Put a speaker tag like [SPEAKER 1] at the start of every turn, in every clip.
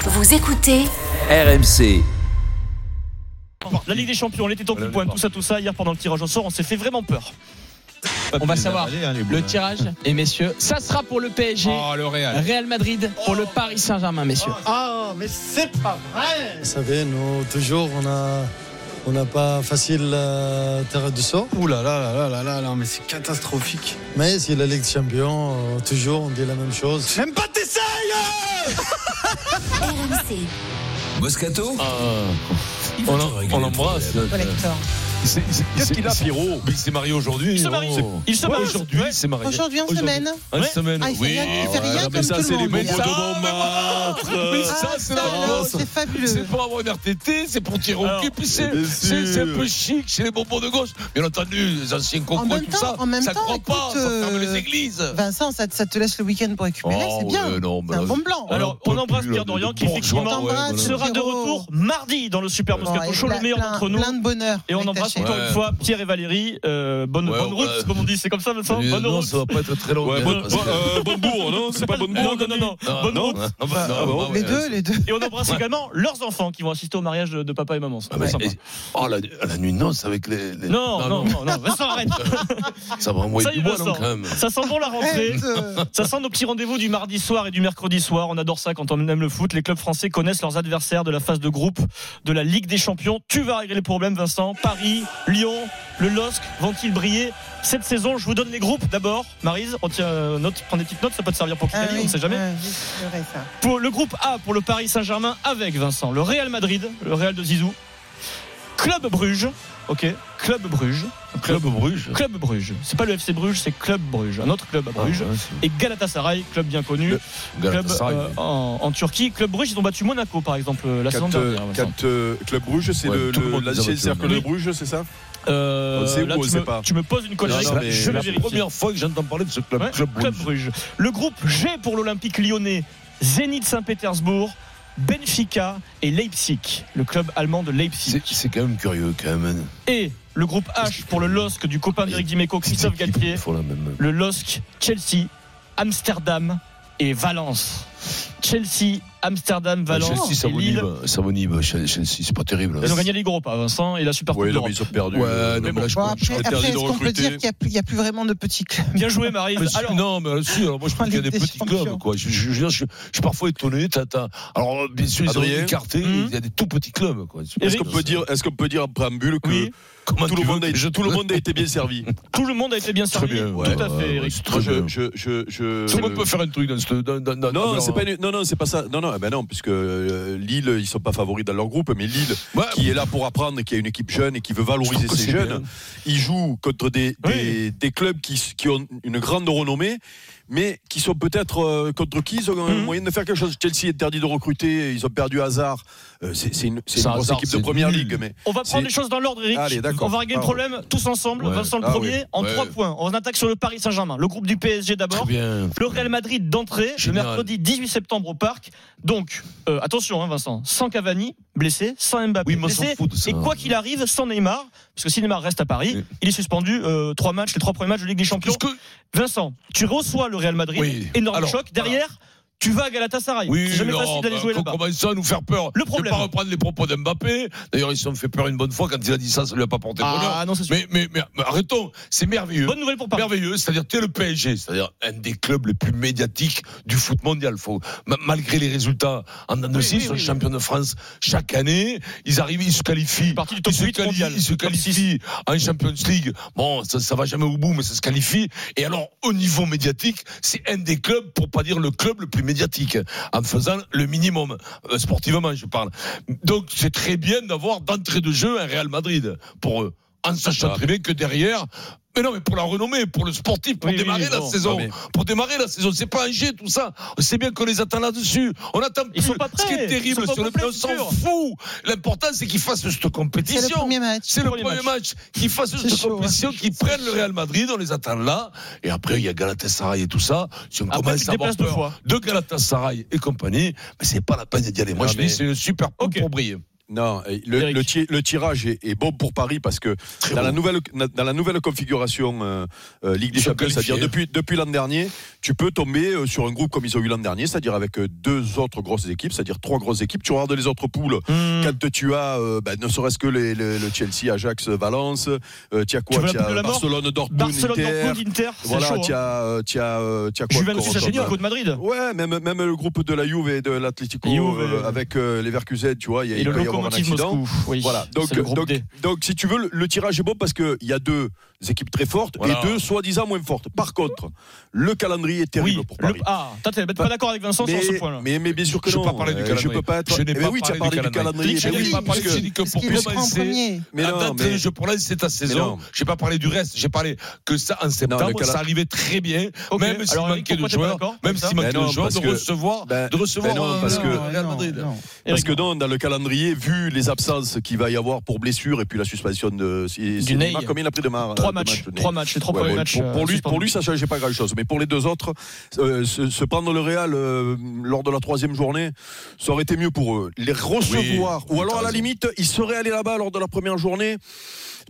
[SPEAKER 1] Vous écoutez
[SPEAKER 2] RMC.
[SPEAKER 3] Bon, la Ligue des Champions, on était au plus point, tout ça, tout ça. Hier, pendant le tirage au sort, on s'est fait vraiment peur.
[SPEAKER 4] On va savoir le tirage. Et messieurs, ça sera pour le PSG,
[SPEAKER 5] Oh, le Real.
[SPEAKER 4] Real Madrid, pour le Paris Saint-Germain, messieurs.
[SPEAKER 6] Ah, mais c'est pas vrai
[SPEAKER 7] Vous savez, nous, toujours, on a. On n'a pas facile euh, terre de sort,
[SPEAKER 6] Ouh là là là là là là, mais c'est catastrophique.
[SPEAKER 7] mais c'est la Ligue des Champions, euh, toujours on dit la même chose.
[SPEAKER 6] Même pas t'essayes
[SPEAKER 1] RMC.
[SPEAKER 2] Moscato
[SPEAKER 8] Euh,
[SPEAKER 9] On, l'em- on l'embrasse. Ah, C'est- c'est- c'est- c'est- Mais Il s'est marié aujourd'hui. Ah,
[SPEAKER 3] Il se marie. Il se
[SPEAKER 9] Oh. Ouais,
[SPEAKER 3] marie
[SPEAKER 9] aujourd'hui. Il s'est marié.
[SPEAKER 10] Aujourd'hui, en
[SPEAKER 9] Aujourd'hui.
[SPEAKER 10] semaine.
[SPEAKER 9] En
[SPEAKER 3] Ouais.
[SPEAKER 9] semaine.
[SPEAKER 10] Ah, il fait
[SPEAKER 9] oui.
[SPEAKER 10] rien- il fait
[SPEAKER 9] voilà,
[SPEAKER 10] rien
[SPEAKER 9] mais
[SPEAKER 10] comme
[SPEAKER 9] ça,
[SPEAKER 10] tout le
[SPEAKER 9] c'est les
[SPEAKER 10] monde.
[SPEAKER 9] bons
[SPEAKER 10] Ça,
[SPEAKER 9] de Montmartre. Ah, Mais ça, c'est la
[SPEAKER 10] Ah,
[SPEAKER 9] France.
[SPEAKER 10] C'est fabuleux.
[SPEAKER 9] C'est pour avoir une RTT, c'est pour tirer au
[SPEAKER 3] Alors,
[SPEAKER 9] cul, puis c'est
[SPEAKER 5] bien
[SPEAKER 9] c'est-
[SPEAKER 5] sûr.
[SPEAKER 9] c'est un peu chic chez les bonbons de gauche. Bien entendu, les anciens concours et
[SPEAKER 10] même
[SPEAKER 9] tout
[SPEAKER 10] temps-
[SPEAKER 9] ça,
[SPEAKER 10] en même
[SPEAKER 9] ça
[SPEAKER 10] temps,
[SPEAKER 9] croit pas,
[SPEAKER 10] écoute,
[SPEAKER 9] ça ferme
[SPEAKER 10] euh,
[SPEAKER 9] les églises.
[SPEAKER 10] Vincent, ça, te- ça te laisse le week-end pour récupérer,
[SPEAKER 9] Oh,
[SPEAKER 10] c'est bien.
[SPEAKER 9] ouais, non,
[SPEAKER 10] c'est un
[SPEAKER 9] bah,
[SPEAKER 10] bon plan.
[SPEAKER 3] Alors,
[SPEAKER 9] peut
[SPEAKER 3] on embrasse
[SPEAKER 9] plus,
[SPEAKER 3] Pierre
[SPEAKER 9] là,
[SPEAKER 3] Dorian,
[SPEAKER 9] euh, de
[SPEAKER 3] qui,
[SPEAKER 9] bourgeois.
[SPEAKER 3] effectivement,
[SPEAKER 9] Ouais, voilà.
[SPEAKER 3] sera de retour mardi dans le Super
[SPEAKER 10] Bon,
[SPEAKER 3] Moscato
[SPEAKER 10] et
[SPEAKER 3] Show,
[SPEAKER 10] plein-
[SPEAKER 3] le meilleur
[SPEAKER 10] plein-
[SPEAKER 3] d'entre nous.
[SPEAKER 10] Plein de bonheur.
[SPEAKER 3] Et on embrasse
[SPEAKER 10] Mec,
[SPEAKER 3] encore
[SPEAKER 9] Ouais.
[SPEAKER 3] une fois Pierre et Valérie. Euh, bonne,
[SPEAKER 9] Ouais,
[SPEAKER 3] bonne
[SPEAKER 9] ouais.
[SPEAKER 3] route, comme on dit. C'est comme ça, Vincent
[SPEAKER 9] Mais
[SPEAKER 3] Bonne
[SPEAKER 9] Euh, non,
[SPEAKER 3] route.
[SPEAKER 9] ça va pas être très long.
[SPEAKER 5] Ouais,
[SPEAKER 9] mais
[SPEAKER 5] bon-
[SPEAKER 9] parce
[SPEAKER 5] bon-
[SPEAKER 9] que-
[SPEAKER 5] euh, bonne bourre, non C'est pas bonne
[SPEAKER 3] Non,
[SPEAKER 5] bourre
[SPEAKER 3] non, non, non.
[SPEAKER 9] Ah,
[SPEAKER 3] Bonne
[SPEAKER 9] non,
[SPEAKER 3] route.
[SPEAKER 9] non, bah, non,
[SPEAKER 5] Ah, bon.
[SPEAKER 9] bah, ouais,
[SPEAKER 10] Les deux, les deux.
[SPEAKER 3] Et on embrasse également leurs enfants qui vont assister au mariage de, de papa et maman. C'est
[SPEAKER 9] Ah,
[SPEAKER 3] très
[SPEAKER 9] mais-
[SPEAKER 3] sympa.
[SPEAKER 9] et- oh, la, la nuit de noces avec les. les-
[SPEAKER 3] Non, non, non, non, Vincent, arrête.
[SPEAKER 9] Ça va envoyer
[SPEAKER 3] Ça,
[SPEAKER 9] du
[SPEAKER 3] il
[SPEAKER 9] bois,
[SPEAKER 3] le
[SPEAKER 9] non,
[SPEAKER 3] sent.
[SPEAKER 9] quand même.
[SPEAKER 3] Ça sent bon la rentrée.
[SPEAKER 10] Arrête, euh,
[SPEAKER 3] Ça sent nos petits rendez-vous du mardi soir et du mercredi soir. On adore ça quand on aime le foot. Les clubs français connaissent leurs adversaires de la phase de groupe de la Ligue des Champions. Tu vas régler les problèmes, Vincent. Paris, Lyon, le LOSC vont-ils briller cette saison Je vous donne les groupes d'abord. Marise, on tient euh, note, prends des petites notes, ça peut te servir pour
[SPEAKER 10] ah
[SPEAKER 3] l'Italie, on
[SPEAKER 10] oui,
[SPEAKER 3] ne sait jamais.
[SPEAKER 10] ah oui, c'est vrai, ça.
[SPEAKER 3] Pour le groupe A pour le Paris Saint-Germain avec Vincent, le Real Madrid, le Real de Zizou, Club Bruges, ok, Club Bruges,
[SPEAKER 9] Club Bruges.
[SPEAKER 3] Club Bruges. C'est pas le FC Bruges, c'est Club Bruges, un autre club à Bruges.
[SPEAKER 9] Ah, ouais, c'est-
[SPEAKER 3] Et Galatasaray, club bien connu club
[SPEAKER 9] Galatasaray,
[SPEAKER 3] euh,
[SPEAKER 9] ouais.
[SPEAKER 3] en, en Turquie. Club Bruges, ils ont battu Monaco, par exemple, la saison
[SPEAKER 5] Quatre,
[SPEAKER 3] dernière.
[SPEAKER 5] euh,
[SPEAKER 3] Vincent.
[SPEAKER 5] quatre, euh, Club Bruges, c'est
[SPEAKER 9] Ouais,
[SPEAKER 5] le,
[SPEAKER 9] tout le
[SPEAKER 5] le-
[SPEAKER 9] monde les a
[SPEAKER 5] l'ancien
[SPEAKER 9] battus,
[SPEAKER 5] cercle
[SPEAKER 9] oui.
[SPEAKER 5] de Bruges, c'est ça
[SPEAKER 3] Euh,
[SPEAKER 5] c'est où,
[SPEAKER 3] là,
[SPEAKER 5] on
[SPEAKER 3] tu,
[SPEAKER 5] sait
[SPEAKER 3] me,
[SPEAKER 5] pas.
[SPEAKER 3] tu me poses une connerie.
[SPEAKER 5] Non, non,
[SPEAKER 3] je
[SPEAKER 5] mais
[SPEAKER 3] je
[SPEAKER 9] la
[SPEAKER 3] vais vérifier.
[SPEAKER 9] première fois que j'entends parler de ce club.
[SPEAKER 3] Ouais,
[SPEAKER 9] club Bruges.
[SPEAKER 3] Club Bruges. Le groupe G pour l'Olympique lyonnais, Zénith Saint-Pétersbourg, Benfica et Leipzig, le club allemand de Leipzig.
[SPEAKER 9] C'est- C'est quand même curieux, quand même.
[SPEAKER 3] Et le groupe H pour le LOSC du copain d'Éric Dimeco, Christophe
[SPEAKER 9] C'est-
[SPEAKER 3] Galtier,
[SPEAKER 9] Ils font la même.
[SPEAKER 3] le LOSC, Chelsea, Amsterdam et Valence. Chelsea, Amsterdam, Valence
[SPEAKER 9] euh, Chelsea, bah, ça
[SPEAKER 3] et Lille.
[SPEAKER 9] m'enivre. Ça m'enivre. Chelsea, Chelsea, c'est pas terrible. hein.
[SPEAKER 3] Ils ont gagné les gros pas, Vincent, et la Super Coupe
[SPEAKER 5] Oui,
[SPEAKER 3] d'Europe.
[SPEAKER 5] ils ont perdu. euh,
[SPEAKER 9] Ouais, non, mais là, je
[SPEAKER 10] Bon,
[SPEAKER 9] crois- je
[SPEAKER 10] après,
[SPEAKER 9] crois-
[SPEAKER 10] après,
[SPEAKER 5] interdit
[SPEAKER 10] est-ce
[SPEAKER 5] de
[SPEAKER 10] qu'on peut
[SPEAKER 5] recruter.
[SPEAKER 10] dire qu'il n'y a, plus vraiment de petits clubs
[SPEAKER 3] Bien joué, Marie.
[SPEAKER 9] Mais si-
[SPEAKER 3] Alors,
[SPEAKER 9] non, mais si, alors moi je pense qu'il y a des
[SPEAKER 10] Ligue des
[SPEAKER 9] petits clubs.
[SPEAKER 10] Champions.
[SPEAKER 9] Quoi. Je, je- je- je- je suis parfois étonné. t'as- t'as- Alors, bien sûr, ils ont
[SPEAKER 5] Adrien
[SPEAKER 9] écarté.
[SPEAKER 3] Mhm.
[SPEAKER 9] Il y a des tout petits clubs. Quoi.
[SPEAKER 5] Est-ce qu'on peut dire, est-ce qu'on peut dire en préambule que
[SPEAKER 3] oui,
[SPEAKER 9] Comment
[SPEAKER 5] tout,
[SPEAKER 9] tu
[SPEAKER 5] le
[SPEAKER 9] veux
[SPEAKER 5] monde a,
[SPEAKER 9] que je-
[SPEAKER 5] tout le monde a été bien servi
[SPEAKER 3] tout le monde a été bien servi.
[SPEAKER 9] ouais,
[SPEAKER 3] tout à
[SPEAKER 9] ouais,
[SPEAKER 3] fait,
[SPEAKER 9] ouais,
[SPEAKER 3] Eric.
[SPEAKER 9] c'est
[SPEAKER 5] Moi,
[SPEAKER 9] très
[SPEAKER 5] je,
[SPEAKER 9] bien.
[SPEAKER 5] je, je, je-
[SPEAKER 9] Tout le monde peut faire un truc dans ce. Dans, dans- dans-
[SPEAKER 5] Non,
[SPEAKER 9] dans-
[SPEAKER 5] c'est pas une- non, non, c'est pas ça. Non, non, eh ben non, puisque euh, Lille, ils sont pas favoris dans leur groupe, mais Lille,
[SPEAKER 9] Ouais,
[SPEAKER 5] qui est là pour apprendre, qui a une équipe jeune et qui veut
[SPEAKER 9] je trouve
[SPEAKER 5] valoriser
[SPEAKER 9] que
[SPEAKER 5] ses
[SPEAKER 9] c'est
[SPEAKER 5] jeunes,
[SPEAKER 9] bien.
[SPEAKER 5] ils jouent contre des,
[SPEAKER 3] Oui.
[SPEAKER 5] des, des clubs qui, s- qui ont une grande renommée, mais qui sont peut-être euh, contre qui ils ont un
[SPEAKER 3] Mhm.
[SPEAKER 5] moyen de faire quelque chose. Chelsea est interdit de recruter, ils ont perdu Hazard. Euh, c'est c'est une, c'est
[SPEAKER 9] Ça,
[SPEAKER 5] une grosse
[SPEAKER 9] Hazard,
[SPEAKER 5] équipe de
[SPEAKER 9] c'est
[SPEAKER 5] première
[SPEAKER 9] nul.
[SPEAKER 5] ligue, mais
[SPEAKER 3] On va prendre
[SPEAKER 5] C'est-
[SPEAKER 3] les choses dans l'ordre, Eric.
[SPEAKER 5] Allez, d'accord.
[SPEAKER 3] On va régler le
[SPEAKER 5] Ah,
[SPEAKER 3] problème tous ensemble.
[SPEAKER 9] Ouais.
[SPEAKER 3] Vincent le
[SPEAKER 9] Ah,
[SPEAKER 3] premier,
[SPEAKER 9] oui.
[SPEAKER 3] en
[SPEAKER 9] Ouais.
[SPEAKER 3] trois points. On attaque sur le Paris Saint-Germain. Le groupe du PSG
[SPEAKER 9] Très
[SPEAKER 3] d'abord.
[SPEAKER 9] bien.
[SPEAKER 3] Le Real Madrid d'entrée, le
[SPEAKER 9] Génial.
[SPEAKER 3] mercredi 18 septembre au Parc. Donc, euh, attention, hein, Vincent, sans Cavani, blessé, sans Mbappé,
[SPEAKER 9] Oui, mais on s'en
[SPEAKER 3] blessé.
[SPEAKER 9] fout de ça.
[SPEAKER 3] Et quoi qu'il arrive, sans Neymar, parce que si Neymar reste à Paris,
[SPEAKER 9] Oui.
[SPEAKER 3] il est suspendu euh, trois matchs, les trois premiers matchs de Ligue des Champions.
[SPEAKER 9] Parce que-
[SPEAKER 3] Vincent, tu reçois le Real Madrid,
[SPEAKER 9] Oui.
[SPEAKER 3] énorme
[SPEAKER 9] Alors,
[SPEAKER 3] choc. Derrière, tu vas à Galatasaray.
[SPEAKER 9] Oui,
[SPEAKER 3] c'est jamais
[SPEAKER 9] non,
[SPEAKER 3] facile d'aller
[SPEAKER 9] bah,
[SPEAKER 3] jouer
[SPEAKER 9] qu'on
[SPEAKER 3] là-bas.
[SPEAKER 9] commence à nous faire peur.
[SPEAKER 3] Le
[SPEAKER 9] Je vais
[SPEAKER 3] problème.
[SPEAKER 9] pas reprendre les propos d'Mbappé. D'ailleurs, ils se sont fait peur une bonne fois quand il a dit ça, ça lui a pas porté bonheur.
[SPEAKER 3] Ah non, c'est sûr.
[SPEAKER 9] Mais, mais, mais, mais arrêtons, c'est merveilleux.
[SPEAKER 3] Bonne nouvelle pour Paris.
[SPEAKER 9] Merveilleux, c'est-à-dire tu es le PSG, c'est-à-dire un des clubs les plus médiatiques du foot mondial. Faut, ma- malgré les résultats en
[SPEAKER 3] Oui,
[SPEAKER 9] Andalousie, ils
[SPEAKER 3] oui,
[SPEAKER 9] sont
[SPEAKER 3] oui, oui.
[SPEAKER 9] champions de France chaque année. Ils arrivent, ils se qualifient.
[SPEAKER 3] Parti du top
[SPEAKER 9] Ils se,
[SPEAKER 3] 8
[SPEAKER 9] quali-
[SPEAKER 3] mondial.
[SPEAKER 9] ils se
[SPEAKER 3] Top six.
[SPEAKER 9] qualifient en Champions League. Bon, ça, ça va jamais au bout, mais ça se qualifie. Et alors, au niveau médiatique, c'est un des clubs, pour pas dire le club le plus médiatique, en faisant le minimum, euh, sportivement, je parle. Donc, c'est très bien d'avoir d'entrée de jeu un Real Madrid pour eux, en sachant
[SPEAKER 5] Ah.
[SPEAKER 9] très bien que derrière. Mais non, mais pour la renommée, pour le sportif, pour
[SPEAKER 3] Oui, oui,
[SPEAKER 9] démarrer
[SPEAKER 3] oui,
[SPEAKER 9] la
[SPEAKER 3] bon.
[SPEAKER 9] saison.
[SPEAKER 5] Ah, mais-
[SPEAKER 9] Pour démarrer la saison, c'est pas un jet, tout ça. C'est bien qu'on les attend là-dessus. On attend plus.
[SPEAKER 3] Ils sont pas
[SPEAKER 9] Ce qui
[SPEAKER 3] prêts.
[SPEAKER 9] est
[SPEAKER 3] Ils sont
[SPEAKER 9] terrible
[SPEAKER 3] pas
[SPEAKER 9] sur le
[SPEAKER 3] complets,
[SPEAKER 9] plan, on
[SPEAKER 3] c'est sûr.
[SPEAKER 9] s'en fout. L'important, c'est qu'ils fassent cette
[SPEAKER 10] C'est le
[SPEAKER 9] compétition.
[SPEAKER 10] premier match.
[SPEAKER 9] C'est le premier match. Qu'ils fassent
[SPEAKER 10] C'est
[SPEAKER 9] cette
[SPEAKER 10] chaud, hein.
[SPEAKER 9] compétition, qu'ils prennent le Real Madrid, on les attend là. Et après, il y a Galatasaray et tout ça. Si on
[SPEAKER 3] Après, tu
[SPEAKER 9] commence
[SPEAKER 3] te
[SPEAKER 9] à avoir
[SPEAKER 3] déplaces deux
[SPEAKER 9] peur
[SPEAKER 3] fois.
[SPEAKER 9] de Galatasaray et compagnie, mais c'est pas la peine d'y aller. Moi,
[SPEAKER 5] Ah,
[SPEAKER 9] je
[SPEAKER 5] mais-
[SPEAKER 9] dis, c'est une super pompe
[SPEAKER 3] Ok.
[SPEAKER 9] pour briller.
[SPEAKER 5] Non, euh, le,
[SPEAKER 3] Eric.
[SPEAKER 5] le ti- le tirage est, est bon pour Paris parce que dans la, nouvelle, dans la nouvelle configuration euh, euh, Ligue des
[SPEAKER 9] Ils sont
[SPEAKER 5] Champions, c'est-à-dire
[SPEAKER 9] qualifiés.
[SPEAKER 5] depuis, depuis l'an dernier, tu peux tomber euh, sur un groupe comme ils ont eu l'an dernier, c'est-à-dire avec euh, deux autres grosses équipes, c'est-à-dire trois grosses équipes. Tu regardes les autres poules,
[SPEAKER 3] Hmm.
[SPEAKER 5] quand tu as euh, ben, ne serait-ce que les- le- le Chelsea, Ajax, Valence, euh, tu as
[SPEAKER 3] Tu
[SPEAKER 5] quoi
[SPEAKER 3] veux la
[SPEAKER 5] Tu
[SPEAKER 3] poule
[SPEAKER 5] as
[SPEAKER 3] de la mort
[SPEAKER 5] Barcelone, Dortmund,
[SPEAKER 3] Barcelone,
[SPEAKER 5] Inter.
[SPEAKER 3] Dortmund, Inter, c'est
[SPEAKER 5] Voilà,
[SPEAKER 3] chaud.
[SPEAKER 5] tu
[SPEAKER 3] hein.
[SPEAKER 5] as, euh, tu as, euh, tu as quoi
[SPEAKER 3] Juventus,
[SPEAKER 5] encore
[SPEAKER 3] a gagné
[SPEAKER 5] comme-
[SPEAKER 3] au de Madrid.
[SPEAKER 5] Ouais, même, même le groupe de la Juve et de l'Atlético
[SPEAKER 3] Juve,
[SPEAKER 5] euh,
[SPEAKER 3] euh,
[SPEAKER 5] avec les Leverkusen, tu vois, il y a-
[SPEAKER 3] Et
[SPEAKER 5] il
[SPEAKER 3] le
[SPEAKER 5] peut y avoir un
[SPEAKER 3] Locomotive
[SPEAKER 5] accident.
[SPEAKER 3] Moscou. Oui,
[SPEAKER 5] Voilà, donc,
[SPEAKER 3] c'est le groupe
[SPEAKER 5] donc,
[SPEAKER 3] D.
[SPEAKER 5] donc, si tu veux, le, le tirage est bon parce qu'il y a deux équipes très fortes
[SPEAKER 9] Voilà.
[SPEAKER 5] et deux soi-disant moins fortes. Par contre, le calendrier est terrible
[SPEAKER 3] Oui,
[SPEAKER 5] pour
[SPEAKER 3] le-
[SPEAKER 5] Paris.
[SPEAKER 3] ah,
[SPEAKER 5] Bah,
[SPEAKER 3] toi, t'es pas d'accord avec Vincent
[SPEAKER 5] Mais,
[SPEAKER 3] sur ce point-là.
[SPEAKER 5] mais, mais bien sûr que
[SPEAKER 9] Je
[SPEAKER 5] non.
[SPEAKER 9] n'ai pas parlé du
[SPEAKER 5] Euh,
[SPEAKER 9] calendrier.
[SPEAKER 5] Je peux pas être-
[SPEAKER 9] Je n'ai
[SPEAKER 5] Eh
[SPEAKER 9] pas
[SPEAKER 5] oui, tu as
[SPEAKER 9] parlé
[SPEAKER 5] parlé
[SPEAKER 9] du
[SPEAKER 5] du
[SPEAKER 9] calendrier.
[SPEAKER 5] calendrier.
[SPEAKER 9] Je
[SPEAKER 5] mais
[SPEAKER 9] n'ai
[SPEAKER 5] oui,
[SPEAKER 9] pas parlé
[SPEAKER 5] parce
[SPEAKER 9] du
[SPEAKER 5] que-
[SPEAKER 9] Cynique
[SPEAKER 10] Parce
[SPEAKER 9] pour
[SPEAKER 10] qu'il le prend en
[SPEAKER 9] commencer.
[SPEAKER 10] premier.
[SPEAKER 5] mais
[SPEAKER 9] à
[SPEAKER 5] non,
[SPEAKER 9] date,
[SPEAKER 5] mais-
[SPEAKER 9] je pour c'est ta saison.
[SPEAKER 5] non.
[SPEAKER 9] J'ai pas parlé du reste. J'ai parlé que ça en septembre,
[SPEAKER 5] le cala-
[SPEAKER 9] ça arrivait très bien.
[SPEAKER 3] Ok,
[SPEAKER 9] Même s'il
[SPEAKER 3] alors, Eric,
[SPEAKER 9] manquait de
[SPEAKER 3] pourquoi t'es pas
[SPEAKER 9] joueurs,
[SPEAKER 3] d'accord
[SPEAKER 9] même
[SPEAKER 3] avec ça
[SPEAKER 9] s'il manquait
[SPEAKER 5] Ben non,
[SPEAKER 9] de joueurs,
[SPEAKER 5] parce
[SPEAKER 9] de
[SPEAKER 5] que-
[SPEAKER 9] recevoir,
[SPEAKER 5] Ben-
[SPEAKER 9] de recevoir.
[SPEAKER 5] ben non,
[SPEAKER 9] un-
[SPEAKER 5] parce que-
[SPEAKER 9] un Real Madrid.
[SPEAKER 5] Parce
[SPEAKER 3] hein.
[SPEAKER 5] que non, dans le calendrier, vu les absences qu'il va y avoir pour blessure et puis la suspension de. c'est- c'est
[SPEAKER 3] Ney.
[SPEAKER 5] Neymar, combien il a pris de marre euh,
[SPEAKER 3] 3
[SPEAKER 5] de
[SPEAKER 3] matchs,
[SPEAKER 5] match, Ney
[SPEAKER 3] trois matchs, les trois
[SPEAKER 5] Ouais,
[SPEAKER 3] premiers
[SPEAKER 5] ouais,
[SPEAKER 3] matchs.
[SPEAKER 5] pour, pour
[SPEAKER 3] euh,
[SPEAKER 5] lui,
[SPEAKER 3] suspendus.
[SPEAKER 5] pour lui, ça changeait pas grand-chose. Mais pour les deux autres, euh, se, se prendre le Real euh, lors de la troisième journée, ça aurait été mieux pour eux. Les recevoir,
[SPEAKER 9] oui,
[SPEAKER 5] ou alors
[SPEAKER 9] t'as
[SPEAKER 5] à la
[SPEAKER 9] raison.
[SPEAKER 5] limite, ils seraient allés là-bas lors de la première journée.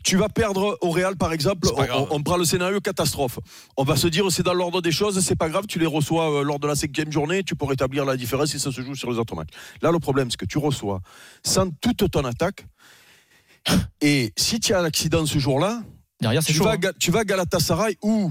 [SPEAKER 5] Tu vas perdre au Real, par exemple.
[SPEAKER 9] C'est pas grave.
[SPEAKER 5] On, on prend le scénario catastrophe. On va se dire, c'est dans l'ordre des choses, c'est pas grave. Tu les reçois euh, lors de la cinquième journée, tu peux rétablir la différence si ça se joue sur les autres matchs. Là, le problème, c'est que tu reçois sans toute ton attaque. Et si tu as un accident ce jour-là,
[SPEAKER 3] Derrière, c'est
[SPEAKER 5] tu
[SPEAKER 3] chaud.
[SPEAKER 5] vas, à
[SPEAKER 3] hein.
[SPEAKER 5] Ga- tu vas à Galatasaray où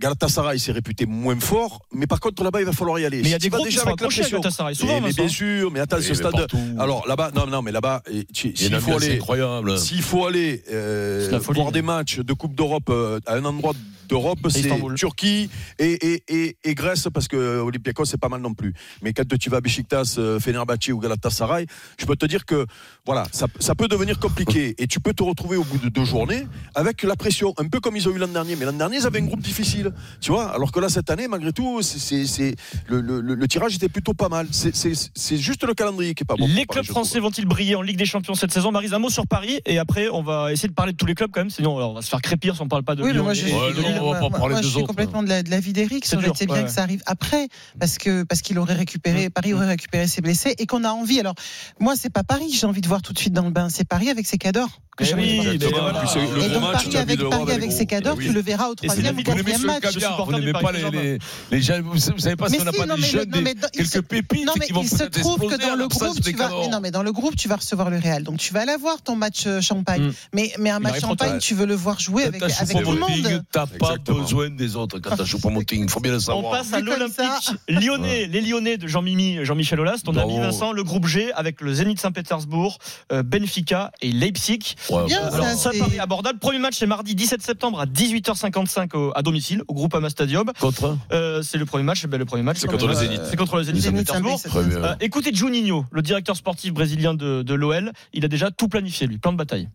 [SPEAKER 5] Galatasaray c'est réputé moins fort, mais par contre là-bas il va falloir y aller.
[SPEAKER 3] Mais il y
[SPEAKER 5] Si
[SPEAKER 3] a des
[SPEAKER 5] tu vas
[SPEAKER 3] groupes qui
[SPEAKER 5] déjà
[SPEAKER 3] sont
[SPEAKER 5] avec la
[SPEAKER 3] accrochés à
[SPEAKER 5] pression. Eh,
[SPEAKER 3] Galatasaray.
[SPEAKER 5] Mais-
[SPEAKER 3] Souvent,
[SPEAKER 5] mais
[SPEAKER 3] Vincent.
[SPEAKER 5] bien sûr, mais attends, ce
[SPEAKER 9] Eh, Mais
[SPEAKER 5] stade.
[SPEAKER 9] partout.
[SPEAKER 5] Alors là-bas, non, non, mais là-bas, et
[SPEAKER 9] Il y a
[SPEAKER 5] tu-
[SPEAKER 9] une
[SPEAKER 5] s'il faut
[SPEAKER 9] ambiance
[SPEAKER 5] aller,
[SPEAKER 9] incroyable.
[SPEAKER 5] s'il faut aller euh,
[SPEAKER 3] C'est la folie,
[SPEAKER 5] voir
[SPEAKER 3] là.
[SPEAKER 5] des matchs de Coupe d'Europe euh, à un endroit d'Europe, c'est
[SPEAKER 3] Istanbul.
[SPEAKER 5] Turquie et, et, et, et Grèce parce que Olympiakos c'est pas mal non plus. Mais quand tu vas à Besiktas, euh, Fenerbahçe ou Galatasaray, je peux te dire que voilà, ça, ça peut devenir compliqué et tu peux te retrouver au bout de deux journées avec la pression, un peu comme ils ont eu l'an dernier. Mais l'an dernier ils avaient un groupe difficile, tu vois. Alors que là cette année, malgré tout, c'est- c'est c'est- le, le- le- le tirage était plutôt pas mal. C'est- C'est c'est juste le calendrier qui est pas bon. pour
[SPEAKER 3] Les
[SPEAKER 5] Paris,
[SPEAKER 3] clubs
[SPEAKER 5] je trouve.
[SPEAKER 3] français vont-ils briller en Ligue des Champions cette saison Marise, un mot sur Paris et après on va essayer de parler de tous les clubs quand même, sinon alors, on va se faire crépir si on parle pas de
[SPEAKER 10] Oui, mais
[SPEAKER 3] Lyon
[SPEAKER 10] moi,
[SPEAKER 3] et-
[SPEAKER 10] j'ai-
[SPEAKER 3] et
[SPEAKER 9] Ouais,
[SPEAKER 3] de
[SPEAKER 9] non,
[SPEAKER 3] Lille.
[SPEAKER 9] on va pas
[SPEAKER 10] moi,
[SPEAKER 9] parler
[SPEAKER 10] moi,
[SPEAKER 9] des
[SPEAKER 10] je suis
[SPEAKER 9] autres.
[SPEAKER 10] complètement de la, de la vie d'Eric.
[SPEAKER 3] C'est
[SPEAKER 10] Ça aurait
[SPEAKER 3] dur,
[SPEAKER 10] été bien
[SPEAKER 3] ouais.
[SPEAKER 10] que ça arrive après, parce que parce qu'il aurait récupéré, Paris aurait récupéré ses blessés et qu'on a envie. Alors, moi, c'est pas Paris que j'ai envie de voir tout de suite dans le bain, c'est Paris avec ses cadors. Que
[SPEAKER 3] Eh
[SPEAKER 10] j'ai envie de
[SPEAKER 3] oui,
[SPEAKER 10] voir.
[SPEAKER 3] mais
[SPEAKER 5] Exactement.
[SPEAKER 3] voilà.
[SPEAKER 5] Puis c'est le
[SPEAKER 10] Et
[SPEAKER 5] gros
[SPEAKER 10] donc,
[SPEAKER 5] match,
[SPEAKER 10] Paris
[SPEAKER 5] t'as vu de
[SPEAKER 10] avec,
[SPEAKER 5] l'Europe
[SPEAKER 10] Paris
[SPEAKER 5] avec
[SPEAKER 10] avec
[SPEAKER 5] gros-
[SPEAKER 10] ses cadors,
[SPEAKER 5] Eh oui.
[SPEAKER 10] tu le verras au
[SPEAKER 3] c'est la
[SPEAKER 10] troisième ou
[SPEAKER 3] vie qu'on aimait,
[SPEAKER 10] quatrième
[SPEAKER 3] ce
[SPEAKER 10] match.
[SPEAKER 3] cadre. supporter
[SPEAKER 9] Vous
[SPEAKER 3] du
[SPEAKER 9] n'aimez
[SPEAKER 3] Paris
[SPEAKER 9] pas les,
[SPEAKER 3] Saint-Germain.
[SPEAKER 9] les, les gens, vous savez vous savez pas si
[SPEAKER 10] Mais
[SPEAKER 9] on n'a
[SPEAKER 10] si,
[SPEAKER 9] pas
[SPEAKER 10] non,
[SPEAKER 9] des
[SPEAKER 10] mais le-
[SPEAKER 9] jeunes,
[SPEAKER 10] non,
[SPEAKER 9] des-
[SPEAKER 10] mais dans- il se-
[SPEAKER 9] quelques pépites
[SPEAKER 10] Non mais
[SPEAKER 9] qui vont
[SPEAKER 10] il se
[SPEAKER 9] peut-être
[SPEAKER 10] trouve que
[SPEAKER 9] exploser
[SPEAKER 10] dans
[SPEAKER 9] en
[SPEAKER 10] le
[SPEAKER 9] l'absence
[SPEAKER 10] groupe
[SPEAKER 9] des
[SPEAKER 10] tu vas mais
[SPEAKER 9] cadors.
[SPEAKER 10] non mais dans le groupe tu vas recevoir le Real donc tu vas aller voir ton match euh, champagne
[SPEAKER 3] Mm.
[SPEAKER 10] mais mais un
[SPEAKER 3] Il
[SPEAKER 10] match
[SPEAKER 3] arrive trop tard,
[SPEAKER 10] champagne tu veux le voir jouer avec
[SPEAKER 9] Quand t'as
[SPEAKER 10] avec tout le
[SPEAKER 9] Choupo-Moting,
[SPEAKER 10] monde
[SPEAKER 9] T'as pas
[SPEAKER 5] Exactement.
[SPEAKER 9] besoin des autres quand t'as Choupo-Moting, il faut bien le
[SPEAKER 3] On
[SPEAKER 9] savoir.
[SPEAKER 3] passe à
[SPEAKER 10] Vu comme
[SPEAKER 3] l'Olympique
[SPEAKER 10] ça.
[SPEAKER 3] lyonnais, les lyonnais de Jean-Mimi, Jean-Michel Aulas, ton
[SPEAKER 9] Bravo.
[SPEAKER 3] ami Vincent, le groupe G avec le Zénith Saint-Pétersbourg, euh, Benfica et Leipzig.
[SPEAKER 9] Ouais,
[SPEAKER 10] Bien,
[SPEAKER 9] bon,
[SPEAKER 10] ça,
[SPEAKER 9] alors,
[SPEAKER 10] c'est-
[SPEAKER 3] Ça paraît abordable. Premier match c'est mardi 17 septembre à 18h55 au- à domicile au Groupama Stadium.
[SPEAKER 9] Contre
[SPEAKER 3] Euh, c'est le premier match, eh ben, le premier match.
[SPEAKER 5] C'est contre le Zénith.
[SPEAKER 3] C'est contre le Zénith
[SPEAKER 10] Zenit
[SPEAKER 3] Saint-Pétersbourg.
[SPEAKER 10] Saint-Pétersbourg.
[SPEAKER 9] Très bien.
[SPEAKER 3] Euh, écoutez Juninho, le directeur sportif brésilien de, de l'OL, il a déjà tout planifié lui, plan de bataille.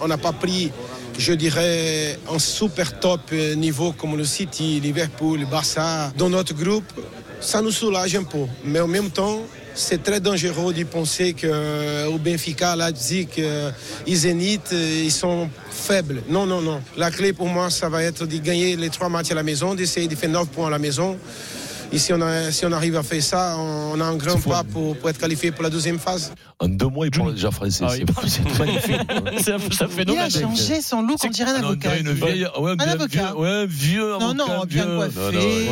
[SPEAKER 1] On n'a pas pris, je dirais, un super top niveau comme le City, Liverpool, le Barça dans notre groupe. Ça nous soulage un peu. Mais en même temps, c'est très dangereux de penser que euh, au Benfica, Leipzig euh, et Zenit, euh, ils sont faibles. Non, non, non. La clé pour moi, ça va être de gagner les trois matchs à la maison, d'essayer de faire 9 points à la maison. Et si on, a- si on arrive à faire ça, on a un grand pas pour- pour être qualifié pour la deuxième phase.
[SPEAKER 9] En deux mois, il parle déjà français.
[SPEAKER 3] Ah,
[SPEAKER 9] c'est-
[SPEAKER 3] il parle-
[SPEAKER 9] C'est magnifique.
[SPEAKER 3] C'est un peu ça
[SPEAKER 10] il a
[SPEAKER 3] phénomène.
[SPEAKER 9] euh,
[SPEAKER 10] changé son look on dirait un
[SPEAKER 9] Ah non, on
[SPEAKER 10] avocat
[SPEAKER 9] dirait une vieille- ouais, on dirait un
[SPEAKER 10] avocat.
[SPEAKER 9] vieux- ouais, un vieux
[SPEAKER 10] non non
[SPEAKER 9] avocat,
[SPEAKER 10] bien
[SPEAKER 9] vieux.
[SPEAKER 10] coiffé
[SPEAKER 5] Non, non,
[SPEAKER 10] euh,
[SPEAKER 5] il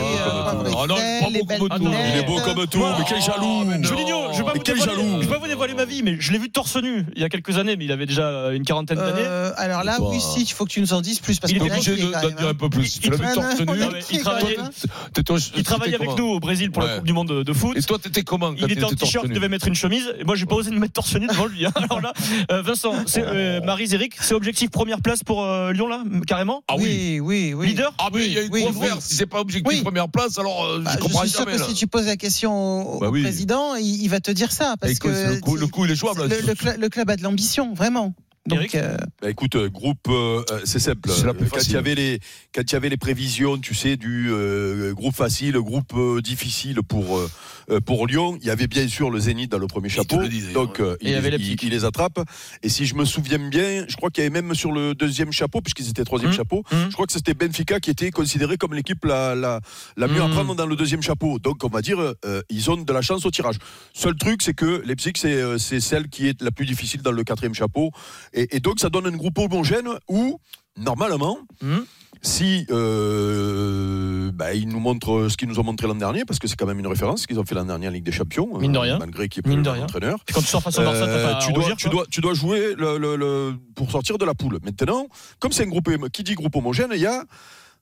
[SPEAKER 5] est beau comme
[SPEAKER 10] pas
[SPEAKER 9] Ah non,
[SPEAKER 5] tout.
[SPEAKER 9] il est
[SPEAKER 10] bretelles,
[SPEAKER 9] pas
[SPEAKER 10] les
[SPEAKER 9] beau
[SPEAKER 10] belles
[SPEAKER 9] comme tout.
[SPEAKER 10] lunettes.
[SPEAKER 5] Il est beau comme tout, mais quel jaloux
[SPEAKER 9] Oh, mais
[SPEAKER 3] Juninho,
[SPEAKER 9] non.
[SPEAKER 3] je vais pas
[SPEAKER 5] Mais
[SPEAKER 3] vous
[SPEAKER 5] quel
[SPEAKER 3] dévoiler-
[SPEAKER 5] jaloux.
[SPEAKER 3] je vais pas vous dévoiler ma vie, mais je l'ai vu torse nu il y a quelques années, mais il avait déjà euh, une quarantaine d'années.
[SPEAKER 10] Euh, alors là
[SPEAKER 9] Toi.
[SPEAKER 10] oui si il faut que tu nous en dises plus parce
[SPEAKER 3] Il
[SPEAKER 10] que
[SPEAKER 9] T'es
[SPEAKER 3] est
[SPEAKER 10] là,
[SPEAKER 9] obligé
[SPEAKER 10] je
[SPEAKER 9] de-
[SPEAKER 10] l'ai quand
[SPEAKER 9] d'en
[SPEAKER 10] même,
[SPEAKER 9] dire un
[SPEAKER 10] hein.
[SPEAKER 9] peu plus. Si Tu
[SPEAKER 3] Il-
[SPEAKER 9] l'as vu
[SPEAKER 10] Ah,
[SPEAKER 9] torse
[SPEAKER 10] non,
[SPEAKER 9] nu.
[SPEAKER 10] on est
[SPEAKER 3] il
[SPEAKER 10] qui, quand
[SPEAKER 3] travaillait-
[SPEAKER 10] même
[SPEAKER 9] t'es- toi, je-
[SPEAKER 3] Il travaille
[SPEAKER 9] t'étais
[SPEAKER 3] avec
[SPEAKER 9] comment
[SPEAKER 3] nous au Brésil pour la
[SPEAKER 9] Ouais.
[SPEAKER 3] Coupe du Monde de, de foot.
[SPEAKER 9] Et toi, t'étais comment quand
[SPEAKER 3] Il était en
[SPEAKER 9] t'étais torse
[SPEAKER 3] t-shirt,
[SPEAKER 9] nu
[SPEAKER 3] devait mettre une chemise. Et moi, j'ai pas osé de mettre torse nu devant lui. hein. Alors là, euh, Vincent, c'est, euh, Marie Zéric, c'est objectif première place pour euh, Lyon là, m- carrément.
[SPEAKER 9] Ah oui.
[SPEAKER 10] oui oui oui
[SPEAKER 3] Leader.
[SPEAKER 9] Ah mais il y a une
[SPEAKER 10] Oui,
[SPEAKER 9] controverse.
[SPEAKER 10] oui.
[SPEAKER 9] Si c'est pas objectif
[SPEAKER 10] Oui.
[SPEAKER 9] première place, alors euh,
[SPEAKER 10] Bah,
[SPEAKER 9] je
[SPEAKER 10] je,
[SPEAKER 9] comprends
[SPEAKER 10] suis sûr
[SPEAKER 9] jamais.
[SPEAKER 10] que
[SPEAKER 9] là.
[SPEAKER 10] si tu poses la question au, au
[SPEAKER 9] Bah oui.
[SPEAKER 10] président, il, il va te dire ça. Parce
[SPEAKER 9] Eh, Écoute,
[SPEAKER 10] que
[SPEAKER 9] le coup- le coup, il est jouable, là.
[SPEAKER 10] Le, le cl- le club a de l'ambition, vraiment. Donc,
[SPEAKER 3] Eric
[SPEAKER 10] euh,
[SPEAKER 5] Bah, écoute, euh, groupe, euh, euh, c'est simple.
[SPEAKER 9] C'est la plus
[SPEAKER 5] Euh, quand il
[SPEAKER 9] facile.
[SPEAKER 5] y avait les, quand il y avait les prévisions, tu sais, du euh, groupe facile, groupe euh, difficile pour euh, euh, pour Lyon, il y avait bien sûr le Zénith dans le premier
[SPEAKER 9] te
[SPEAKER 5] chapeau.
[SPEAKER 9] le disait,
[SPEAKER 5] donc euh,
[SPEAKER 4] Et il y avait
[SPEAKER 5] il,
[SPEAKER 4] l'Atlético.
[SPEAKER 5] il les attrape. Et si je me souviens bien, je crois qu'il y avait même sur le deuxième chapeau, puisqu'ils étaient troisième
[SPEAKER 4] Hum,
[SPEAKER 3] Mhm.
[SPEAKER 5] chapeau,
[SPEAKER 3] Mhm.
[SPEAKER 5] je crois que c'était Benfica qui était considéré comme l'équipe la la, la mieux à
[SPEAKER 4] Mhm.
[SPEAKER 5] prendre dans le deuxième chapeau. Donc on va dire, euh, ils ont de la chance au tirage. Seul truc, c'est que Leipzig, c'est euh, c'est celle qui est la plus difficile dans le quatrième chapeau. Et, et donc, ça donne un groupe homogène où, normalement,
[SPEAKER 3] Mhm.
[SPEAKER 5] si euh, bah, ils nous montrent ce qu'ils nous ont montré l'an dernier, parce que c'est quand même une référence, ce qu'ils ont fait l'an dernier en Ligue des Champions, euh,
[SPEAKER 3] Mine de rien.
[SPEAKER 5] malgré qu'il n'y ait
[SPEAKER 3] Mine
[SPEAKER 5] plus
[SPEAKER 3] de
[SPEAKER 5] de
[SPEAKER 3] rien.
[SPEAKER 5] l'entraîneur.
[SPEAKER 3] Puis quand tu sors face au Barça, t'as
[SPEAKER 5] Euh,
[SPEAKER 3] pas à
[SPEAKER 5] tu, dois,
[SPEAKER 3] rougir,
[SPEAKER 5] tu,
[SPEAKER 3] quoi.
[SPEAKER 5] dois, tu dois jouer le, le- le- pour sortir de la poule. Maintenant, comme c'est un groupe, homo- qui dit groupe homogène, il y a,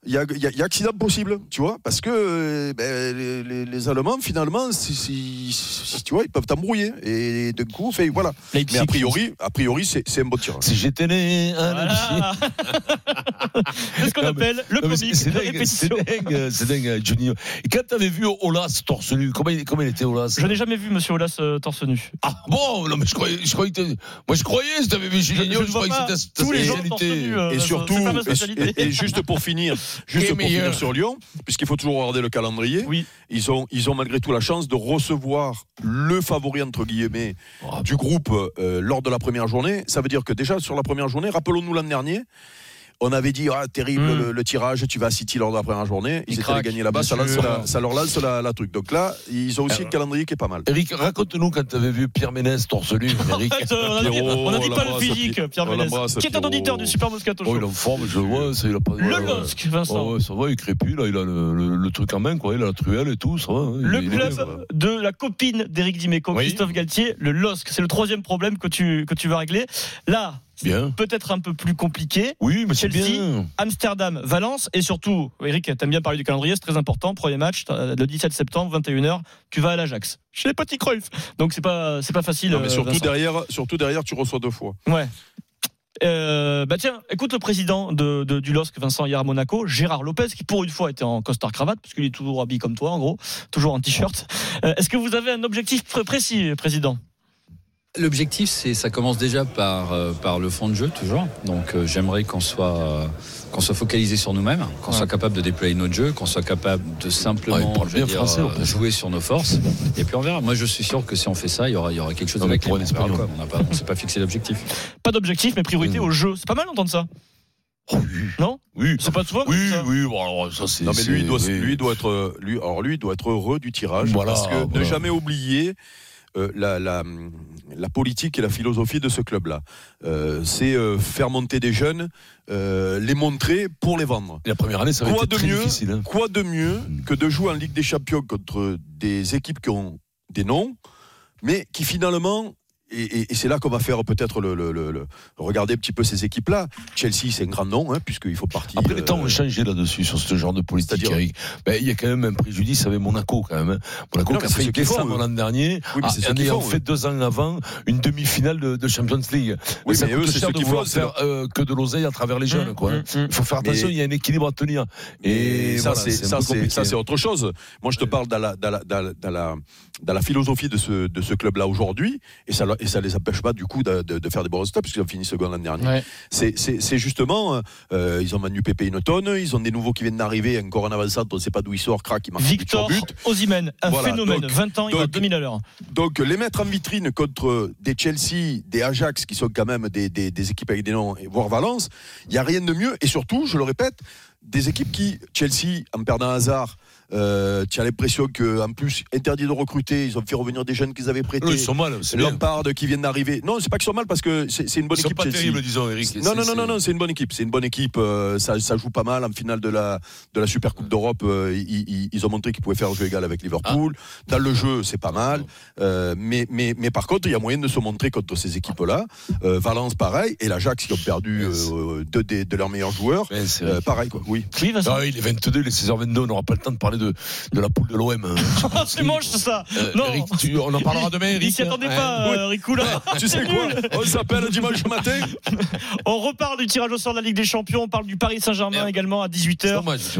[SPEAKER 5] il y, a, il y a- il y a accident possible, tu vois, parce que euh, ben, les, les- les Allemands, finalement, si, si- si- tu vois, ils peuvent t'embrouiller. Et d'un coup, fait, voilà.
[SPEAKER 3] Leipzig.
[SPEAKER 5] Mais a priori, a priori c'est c'est un bon tirage.
[SPEAKER 9] Si j'étais né, hein, un Algérien.
[SPEAKER 3] Voilà. C'est ce qu'on
[SPEAKER 9] Non, mais-
[SPEAKER 3] appelle le
[SPEAKER 9] Non, mais
[SPEAKER 3] comique,
[SPEAKER 9] c'est- C'est
[SPEAKER 3] la
[SPEAKER 9] dingue, c'est
[SPEAKER 3] répétition.
[SPEAKER 9] dingue, c'est dingue, Johnny. Et quand t'avais vu Olas torse nu, comment il, comment il était Olas
[SPEAKER 3] Je n'ai jamais vu Monsieur Olas euh, torse nu.
[SPEAKER 9] Ah bon, non mais je croyais, je croyais que t'avais- moi je croyais si t'avais vu
[SPEAKER 3] Je, je
[SPEAKER 9] Gilles je,
[SPEAKER 3] ne vois
[SPEAKER 9] croyais
[SPEAKER 3] pas
[SPEAKER 9] que c'était ta- ta
[SPEAKER 3] tous les gens torse
[SPEAKER 9] spécialité.
[SPEAKER 3] nu. euh,
[SPEAKER 5] Et
[SPEAKER 3] c'est-
[SPEAKER 5] surtout,
[SPEAKER 3] c'est pas ma
[SPEAKER 5] et,
[SPEAKER 3] spécialité.
[SPEAKER 5] et juste pour finir, juste
[SPEAKER 9] Les
[SPEAKER 5] pour finir
[SPEAKER 9] meilleurs.
[SPEAKER 5] sur Lyon, puisqu'il faut toujours regarder le calendrier,
[SPEAKER 3] Oui.
[SPEAKER 5] ils, ont, ils ont malgré tout la chance de recevoir le favori, entre guillemets,
[SPEAKER 9] Oh,
[SPEAKER 5] du groupe euh, lors de la première journée. Ça veut dire que déjà sur la première journée, rappelons-nous l'an dernier, on avait dit ah terrible
[SPEAKER 3] Mm.
[SPEAKER 5] le, le tirage, tu vas à City lors de la première journée.
[SPEAKER 4] Ils
[SPEAKER 5] Ils, étaient allés
[SPEAKER 4] craquent,
[SPEAKER 5] gagner là-bas,
[SPEAKER 4] bien
[SPEAKER 5] ça, lance
[SPEAKER 4] sûr.
[SPEAKER 5] la- ça leur lance la, la truc. Donc là, ils ont aussi un calendrier qui est pas mal.
[SPEAKER 9] Eric, raconte-nous quand t'avais vu Pierre Ménès torse nu, Eric.
[SPEAKER 3] Arrête, euh, on a dit-
[SPEAKER 5] Pierrot,
[SPEAKER 3] on n'a dit
[SPEAKER 5] on
[SPEAKER 3] pas le
[SPEAKER 5] l'embrasse,
[SPEAKER 3] physique, Pierre
[SPEAKER 5] on
[SPEAKER 3] Ménès,
[SPEAKER 5] l'embrasse,
[SPEAKER 3] qui est un
[SPEAKER 5] Pierrot.
[SPEAKER 3] auditeur du Super Moscato
[SPEAKER 9] Oh,
[SPEAKER 3] Show.
[SPEAKER 9] il est en forme, je le vois, ça, il a pas ouais,
[SPEAKER 3] Le
[SPEAKER 9] ouais.
[SPEAKER 3] LOSC, Vincent.
[SPEAKER 9] Oh, ouais, ça va, il crépit, là, il a le, le- le truc en main, quoi, il a la truelle et tout, ça va. hein,
[SPEAKER 3] Le
[SPEAKER 9] il est bien, quoi.
[SPEAKER 3] club de la copine d'Éric Dimeco,
[SPEAKER 9] Oui.
[SPEAKER 3] Christophe Galtier, le LOSC. C'est le troisième problème que tu, que tu vas régler. Là, c'est
[SPEAKER 9] Bien.
[SPEAKER 3] peut-être un peu plus compliqué.
[SPEAKER 9] Oui, mais c'est
[SPEAKER 3] Chelsea.
[SPEAKER 9] bien.
[SPEAKER 3] Amsterdam, Valence et surtout, Eric, t'aimes bien parler du calendrier, c'est très important. Premier match, t'as- le 17 septembre, 21h, tu vas à l'Ajax. Chez les petits Cruyff. Donc c'est pas, c'est pas facile.
[SPEAKER 5] Non, mais
[SPEAKER 3] euh,
[SPEAKER 5] surtout
[SPEAKER 3] Vincent.
[SPEAKER 5] derrière, surtout derrière, tu reçois deux fois.
[SPEAKER 3] Ouais. Euh, bah tiens, écoute le président de, de- du LOSC, Vincent Hier à Monaco, Gérard Lopez, qui pour une fois était en costard cravate, parce qu'il est toujours habillé comme toi, en gros, toujours en t-shirt. Euh, Est-ce que vous avez un objectif pr- précis, président
[SPEAKER 8] L'objectif, c'est ça commence déjà par euh, par le fond de jeu toujours. Donc euh, j'aimerais qu'on soit euh, qu'on soit focalisé sur nous-mêmes, qu'on soit capable de déployer notre jeu, qu'on soit capable de
[SPEAKER 9] Ouais,
[SPEAKER 8] simplement
[SPEAKER 9] Ah, il parle
[SPEAKER 8] je veux
[SPEAKER 9] bien
[SPEAKER 8] dire,
[SPEAKER 9] français, en
[SPEAKER 8] euh,
[SPEAKER 9] plus.
[SPEAKER 8] jouer sur nos forces. Et puis on verra. Moi, je suis sûr que si on fait ça, il y aura il y aura quelque chose
[SPEAKER 9] Non, mais
[SPEAKER 8] avec
[SPEAKER 9] pour
[SPEAKER 8] les-
[SPEAKER 9] un
[SPEAKER 8] on verra
[SPEAKER 9] Espagnol.
[SPEAKER 8] quoi. On n'a pas on s'est pas fixé d'objectif.
[SPEAKER 3] Pas d'objectif, mais priorité
[SPEAKER 5] Mm.
[SPEAKER 9] Mmh.
[SPEAKER 3] au jeu. C'est pas mal d'entendre ça. Non
[SPEAKER 9] Oui.
[SPEAKER 3] C'est pas souvent
[SPEAKER 9] Oui,
[SPEAKER 3] ça.
[SPEAKER 9] oui, bon, alors ça c'est.
[SPEAKER 5] Non mais lui
[SPEAKER 9] c'est-
[SPEAKER 5] il doit,
[SPEAKER 9] oui.
[SPEAKER 5] lui il doit être euh, lui alors lui il doit être heureux du tirage
[SPEAKER 9] Voilà,
[SPEAKER 5] parce que ne
[SPEAKER 9] voilà.
[SPEAKER 5] jamais oublier euh, la, la, la politique et la philosophie de ce club là c'est euh, faire monter des jeunes euh, les montrer pour les vendre
[SPEAKER 9] La première année, ça va
[SPEAKER 5] Quoi
[SPEAKER 9] être
[SPEAKER 5] de
[SPEAKER 9] très
[SPEAKER 5] mieux
[SPEAKER 9] difficile. hein.
[SPEAKER 5] quoi de mieux que de jouer en Ligue des Champions contre des équipes qui ont des noms mais qui finalement et, et- et c'est là qu'on va faire peut-être le, le- le- le- regarder un petit peu ces équipes là Chelsea c'est un grand nom hein, puisqu'il faut partir
[SPEAKER 9] Après, les
[SPEAKER 5] euh,
[SPEAKER 9] temps ont changé là-dessus, sur ce genre de politique,
[SPEAKER 5] C'est-à-dire
[SPEAKER 9] Eric. Ben, il y a quand même un préjudice avec Monaco, quand même. hein. Monaco
[SPEAKER 5] Non,
[SPEAKER 9] qui
[SPEAKER 5] mais
[SPEAKER 9] a
[SPEAKER 5] c'est
[SPEAKER 9] failli
[SPEAKER 5] ceux qui font,
[SPEAKER 9] descendre
[SPEAKER 5] eux.
[SPEAKER 9] l'an dernier, Ah,
[SPEAKER 5] Oui, mais c'est
[SPEAKER 9] en
[SPEAKER 5] ceux qui
[SPEAKER 9] ayant
[SPEAKER 5] font,
[SPEAKER 9] fait
[SPEAKER 5] eux.
[SPEAKER 9] deux ans avant une demi-finale de, de Champions League.
[SPEAKER 5] Oui,
[SPEAKER 9] Et ça
[SPEAKER 5] mais
[SPEAKER 9] coûte
[SPEAKER 5] eux, c'est
[SPEAKER 9] cher
[SPEAKER 5] ceux
[SPEAKER 9] de
[SPEAKER 5] qui
[SPEAKER 9] vouloir
[SPEAKER 5] font, c'est
[SPEAKER 9] faire euh, que de l'oseille à travers les jeunes. quoi. hein. Il faut faire attention,
[SPEAKER 5] hum. Mais-
[SPEAKER 9] il y a un équilibre à tenir.
[SPEAKER 5] Et ça,
[SPEAKER 9] voilà,
[SPEAKER 5] c'est
[SPEAKER 9] un
[SPEAKER 5] ça,
[SPEAKER 9] peu
[SPEAKER 5] c'est
[SPEAKER 9] compliqué. hein.
[SPEAKER 5] ça, c'est autre chose. Moi, je te parle dans la, dans la, dans la, dans la, dans la philosophie de ce, de ce club-là aujourd'hui, et ça, et ça les empêche pas du coup de, de- de faire des bons résultats puisqu'ils ont fini second l'an dernier.
[SPEAKER 4] Ouais.
[SPEAKER 5] C'est- C'est c'est justement, euh, ils ont Manu Pépé une tonne, ils ont des nouveaux qui viennent d'arriver, encore en avançant, on ne sait pas d'où il sort, crack, il marque un but sur
[SPEAKER 3] Victor
[SPEAKER 5] but.
[SPEAKER 3] Osimhen, un
[SPEAKER 5] Voilà,
[SPEAKER 3] phénomène.
[SPEAKER 5] donc-
[SPEAKER 3] 20 ans, il va à
[SPEAKER 5] donc-
[SPEAKER 3] 2000 à l'heure.
[SPEAKER 5] Donc les mettre en vitrine contre des Chelsea, des Ajax, qui sont quand même des, des- des équipes avec des noms, et voire Valence, il n'y a rien de mieux. Et surtout, je le répète, des équipes qui, Chelsea, en perdant Hazard, euh, tu as l'impression qu'en plus, interdit de recruter, ils ont fait revenir des jeunes qu'ils avaient
[SPEAKER 9] Eux,
[SPEAKER 5] prêtés.
[SPEAKER 9] ils sont mal. c'est bien.
[SPEAKER 5] Lampard qui vient d'arriver. Non, c'est pas qu'ils sont mal parce que c'est c'est une
[SPEAKER 9] Ils
[SPEAKER 5] bonne
[SPEAKER 9] sont
[SPEAKER 5] équipe.
[SPEAKER 9] pas
[SPEAKER 5] Chelsea.
[SPEAKER 9] terribles, disons, Eric.
[SPEAKER 5] Non,
[SPEAKER 9] C'est-
[SPEAKER 5] non, non, non,
[SPEAKER 9] c'est-
[SPEAKER 5] non, c'est une bonne équipe. C'est une bonne équipe. euh, ça, ça joue pas mal en finale de la, de la Super Coupe d'Europe. euh, ils, ils- ils ont montré qu'ils pouvaient faire un jeu égal avec Liverpool.
[SPEAKER 9] Ah.
[SPEAKER 5] Dans le jeu, c'est pas mal. euh, mais, mais, mais par contre, il y a moyen de se montrer contre ces équipes-là. Euh, Valence, pareil. Et l'Ajax, qui ont perdu
[SPEAKER 9] Yes.
[SPEAKER 5] euh, deux des- de leurs meilleurs joueurs.
[SPEAKER 9] Ouais, c'est vrai.
[SPEAKER 5] euh, pareil, quoi. Oui.
[SPEAKER 3] Oui, Vincent.
[SPEAKER 9] Ah, il est 22, il est 16h22, on n'aura pas le temps de parler de, de la poule de l'OM.
[SPEAKER 3] Ah, c'est moche ça Non.
[SPEAKER 9] Euh, Eric, tu- on en parlera demain, Eric. hein.
[SPEAKER 3] Il s'y attendait
[SPEAKER 9] Ouais.
[SPEAKER 3] pas, euh, Ricoula.
[SPEAKER 5] hein.
[SPEAKER 9] Ah,
[SPEAKER 5] Tu sais quoi On s'appelle dimanche matin.
[SPEAKER 3] On repart du tirage au sort de la Ligue des Champions. On parle du Paris Saint-Germain
[SPEAKER 9] Merde.
[SPEAKER 3] également à
[SPEAKER 9] C'est
[SPEAKER 3] 18h.
[SPEAKER 9] dommage.